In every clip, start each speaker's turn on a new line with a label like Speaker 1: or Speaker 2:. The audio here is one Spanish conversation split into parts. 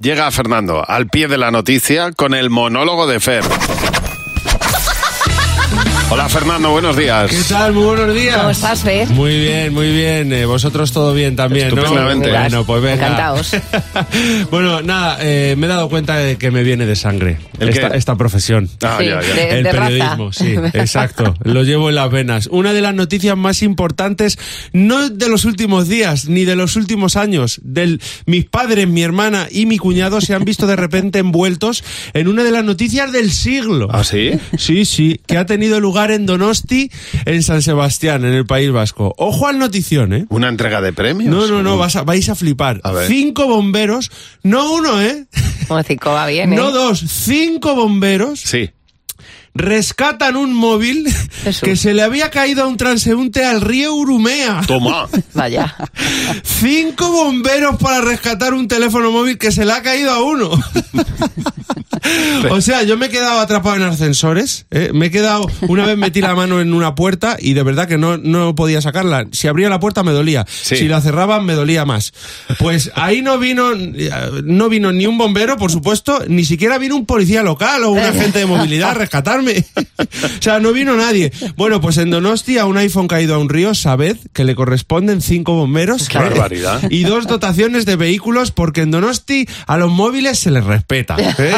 Speaker 1: llega Fernando al pie de la noticia con el monólogo de Fer. Hola Fernando, buenos días.
Speaker 2: ¿Qué tal? Muy buenos días.
Speaker 3: ¿Cómo estás, Fer?
Speaker 2: Muy bien, muy bien. Eh, vosotros todo bien también, ¿no?
Speaker 1: Estupendamente.
Speaker 2: Bueno, pues venga.
Speaker 3: Encantados.
Speaker 2: bueno, nada, eh, me he dado cuenta de que me viene de sangre
Speaker 1: ¿El qué?
Speaker 2: esta, esta profesión.
Speaker 1: Ah,
Speaker 3: Sí,
Speaker 1: ya, ya.
Speaker 3: de-
Speaker 2: el
Speaker 3: raza.
Speaker 2: periodismo, sí, exacto. Lo llevo en las venas. Una de las noticias más importantes, no de los últimos días, ni de los últimos años, del mis padres, mi hermana y mi cuñado se han visto de repente envueltos en una de las noticias del siglo.
Speaker 1: ¿Ah, sí?
Speaker 2: Sí, sí, que ha tenido lugar en Donosti, en San Sebastián, en el País Vasco. Ojo al notición, ¿eh?
Speaker 1: ¿Una entrega de premios?
Speaker 2: No, no, no, vas a- vais a flipar.
Speaker 1: A ver.
Speaker 2: Cinco bomberos, no uno, ¿eh?
Speaker 3: Como cinco va bien, ¿eh?
Speaker 2: No dos, cinco bomberos
Speaker 1: Sí.
Speaker 2: rescatan un móvil
Speaker 3: Jesús.
Speaker 2: que se le había caído a un transeúnte al río Urumea.
Speaker 1: Toma.
Speaker 3: Vaya.
Speaker 2: Cinco bomberos para rescatar un teléfono móvil que se le ha caído a uno. o sea, yo me he quedado atrapado en ascensores. ¿eh? Me he quedado. Una vez metí la mano en una puerta y de verdad que no, no podía sacarla. Si abría la puerta me dolía.
Speaker 1: Sí.
Speaker 2: Si la cerraban me dolía más. Pues ahí no vino, no vino ni un bombero, por supuesto, ni siquiera vino un policía local o un agente de movilidad a rescatarme. o sea, no vino nadie. Bueno, pues en Donosti a un iPhone caído a un río, sabed que le corresponden cinco bomberos.
Speaker 1: Qué barbaridad.
Speaker 2: Y dos dotaciones de vehículos porque en Donosti a los móviles se les respeta. ¿eh?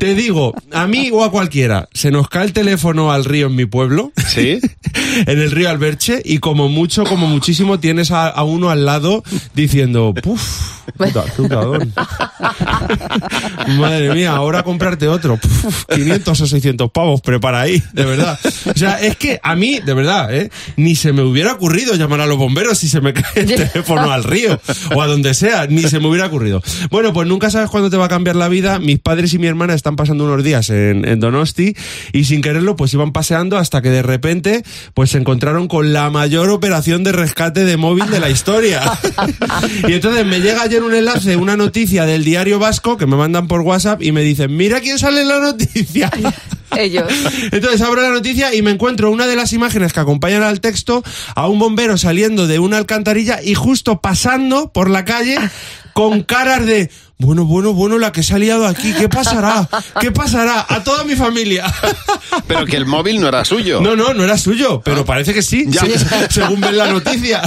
Speaker 2: Te digo, a mí o a cualquiera, se nos cae el teléfono al río en mi pueblo,
Speaker 1: ¿Sí?
Speaker 2: en el río Alberche, y como mucho, como muchísimo, tienes a, a uno al lado diciendo, puf, puta, qué cabrón". Madre mía, ahora comprarte otro. Puf, 500 o 600 pavos, prepara ahí, de verdad. O sea, es que a mí, de verdad, ¿eh? ni se me hubiera ocurrido llamar a los bomberos si se me cae el teléfono al río o a donde sea, ni se me hubiera ocurrido. Bueno, pues nunca sabes cuándo te va a cambiar la vida. Mis padres y mi hermana están pasando unos días en, en Donosti y sin quererlo, pues iban paseando hasta que de repente, pues se encontraron con la mayor operación de rescate de móvil de la historia. y entonces me llega ayer un enlace, una noticia del diario vasco que me mandan por WhatsApp y me dicen, mira quién sale en la noticia.
Speaker 3: Ellos.
Speaker 2: Entonces abro la noticia y me encuentro una de las imágenes que acompañan al texto a un bombero saliendo de una alcantarilla y justo pasando por la calle con caras de bueno, bueno, bueno, la que se ha liado aquí, ¿qué pasará? ¿Qué pasará? A toda mi familia.
Speaker 1: Pero que el móvil no era suyo. Ah.
Speaker 2: No, no, no era suyo, pero parece que sí,
Speaker 1: Ya.
Speaker 2: sí, según ven la noticia.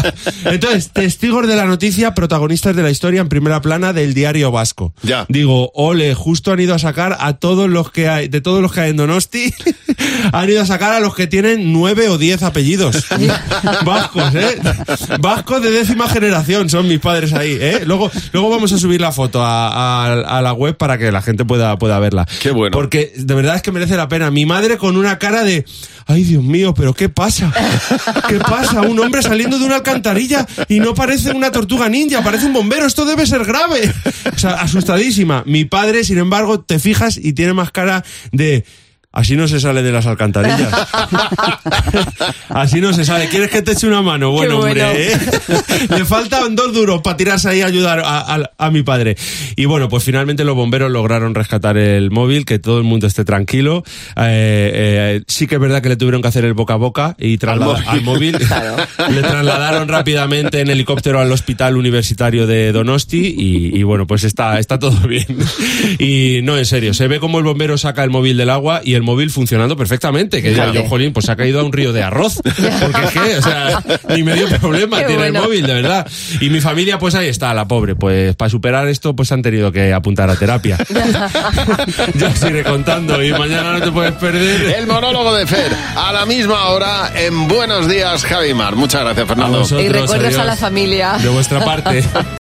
Speaker 2: Entonces, testigos de la noticia, protagonistas de la historia en primera plana del diario vasco.
Speaker 1: Ya.
Speaker 2: Digo, ole, justo han ido a sacar a todos los que hay, de todos los que hay en Donosti, han ido a sacar a los que tienen nueve o diez apellidos. Vascos, ¿eh? Vascos de décima generación, son mis padres ahí, ¿eh? Luego, luego vamos a subir la foto a, a- a la web para que la gente pueda, pueda verla.
Speaker 1: Qué bueno.
Speaker 2: Porque que de verdad es que merece la pena. Mi madre con una cara de, ay Dios mío, pero ¿qué pasa? ¿Qué pasa? Un hombre saliendo de una alcantarilla y no parece una tortuga ninja, parece un bombero, esto debe ser grave. O sea, asustadísima. Mi padre, sin embargo, te fijas y tiene más cara de... Así no se sale de las alcantarillas. Así no se sale. ¿Quieres que te eche una mano? Bueno,
Speaker 3: bueno.
Speaker 2: hombre, ¿eh? Le faltan dos duros para tirarse ahí a ayudar a, a- a mi padre. Y bueno, pues finalmente los bomberos lograron rescatar el móvil, que todo el mundo esté tranquilo. Eh, eh, sí que es verdad que le tuvieron que hacer el boca a boca y trasladar al móvil. Le trasladaron rápidamente en helicóptero al hospital universitario de Donosti y, y bueno, pues está, está todo bien. Y no, en serio, se ve como el bombero saca el móvil del agua y el móvil funcionando perfectamente. Que digo
Speaker 3: Fíjate.
Speaker 2: yo, jolín, pues se ha caído a un río de arroz. Porque es que, o sea, ni medio problema
Speaker 3: Qué
Speaker 2: tiene
Speaker 3: bueno.
Speaker 2: el móvil, de verdad. Y mi familia, pues ahí está, la pobre. Pues para superar esto, pues han tenido que apuntar a terapia. ya os iré contando y mañana no te puedes perder.
Speaker 1: El monólogo de Fer, a la misma hora en Buenos Días, Javimar. Muchas gracias, Fernando.
Speaker 2: vosotros,
Speaker 3: y recuerdos
Speaker 2: adiós.
Speaker 3: a la familia.
Speaker 2: De vuestra parte.